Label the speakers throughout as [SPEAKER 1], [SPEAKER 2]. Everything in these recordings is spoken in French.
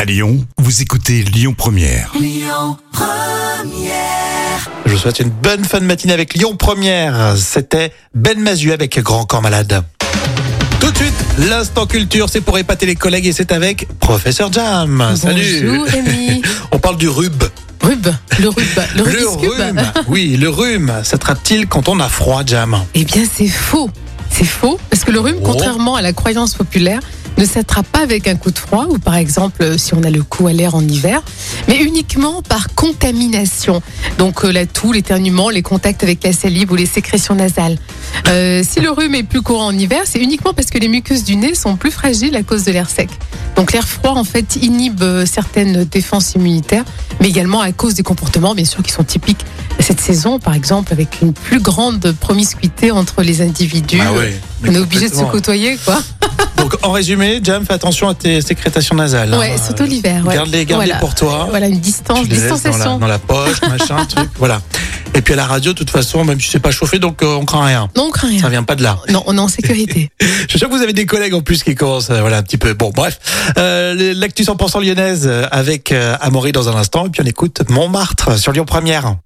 [SPEAKER 1] À Lyon, vous écoutez Lyon Première.
[SPEAKER 2] Je vous souhaite une bonne fin de matinée avec Lyon Première. C'était Ben Mazu avec Grand Corps Malade. Tout de suite, l'instant culture, c'est pour épater les collègues et c'est avec Professeur Jam.
[SPEAKER 3] Ah,
[SPEAKER 2] Salut.
[SPEAKER 3] Bonjour Rémi.
[SPEAKER 2] On parle du rub.
[SPEAKER 3] Rub, le rub,
[SPEAKER 2] Le
[SPEAKER 3] le Rubik's Cube.
[SPEAKER 2] rhume. Oui, le rhume. S'attrape-t-il quand on a froid, Jam
[SPEAKER 3] Eh bien, c'est faux. C'est faux parce que le rhume,
[SPEAKER 2] Oh.
[SPEAKER 3] contrairement à la croyance populaire, ne s'attrape pas avec un coup de froid ou par exemple euh, si on a le cou à l'air en hiver, mais uniquement par contamination. Donc euh, la toux, l'éternuement, les contacts avec la salive ou les sécrétions nasales. Euh, si le rhume est plus courant en hiver, c'est uniquement parce que les muqueuses du nez sont plus fragiles à cause de l'air sec. Donc l'air froid en fait inhibe euh, certaines défenses immunitaires, mais également à cause des comportements bien sûr qui sont typiques cette saison, par exemple, avec une plus grande promiscuité entre les individus.
[SPEAKER 2] mais
[SPEAKER 3] On est obligé de se
[SPEAKER 2] complètement.
[SPEAKER 3] côtoyer, quoi.
[SPEAKER 2] Ah Donc, en résumé, Jam, fais attention à tes sécrétations nasales.
[SPEAKER 3] ouais,
[SPEAKER 2] hein.
[SPEAKER 3] surtout l'hiver. ouais.
[SPEAKER 2] Garde-les, garde-les
[SPEAKER 3] Voilà.
[SPEAKER 2] pour toi.
[SPEAKER 3] Voilà, une
[SPEAKER 2] Tu
[SPEAKER 3] distance,
[SPEAKER 2] les laisses dans la,
[SPEAKER 3] distanciation.
[SPEAKER 2] dans la poche, machin, truc. Voilà. Et puis à la radio, de toute façon, même si c'est pas chauffé, donc euh, on craint rien.
[SPEAKER 3] Non, on craint
[SPEAKER 2] Ça
[SPEAKER 3] rien.
[SPEAKER 2] vient pas de là.
[SPEAKER 3] Non, on est en sécurité.
[SPEAKER 2] Je suis sûr que vous avez des collègues en plus qui commencent, euh, voilà, un petit peu. Bon, bref. Euh, L'actu 100% lyonnaise euh, avec euh, Amaury dans un instant. Et puis on écoute Montmartre sur Lyon Première.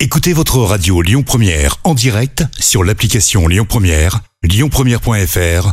[SPEAKER 1] Écoutez votre radio Lyon Première en direct sur l'application Lyon Première, lyonpremière.fr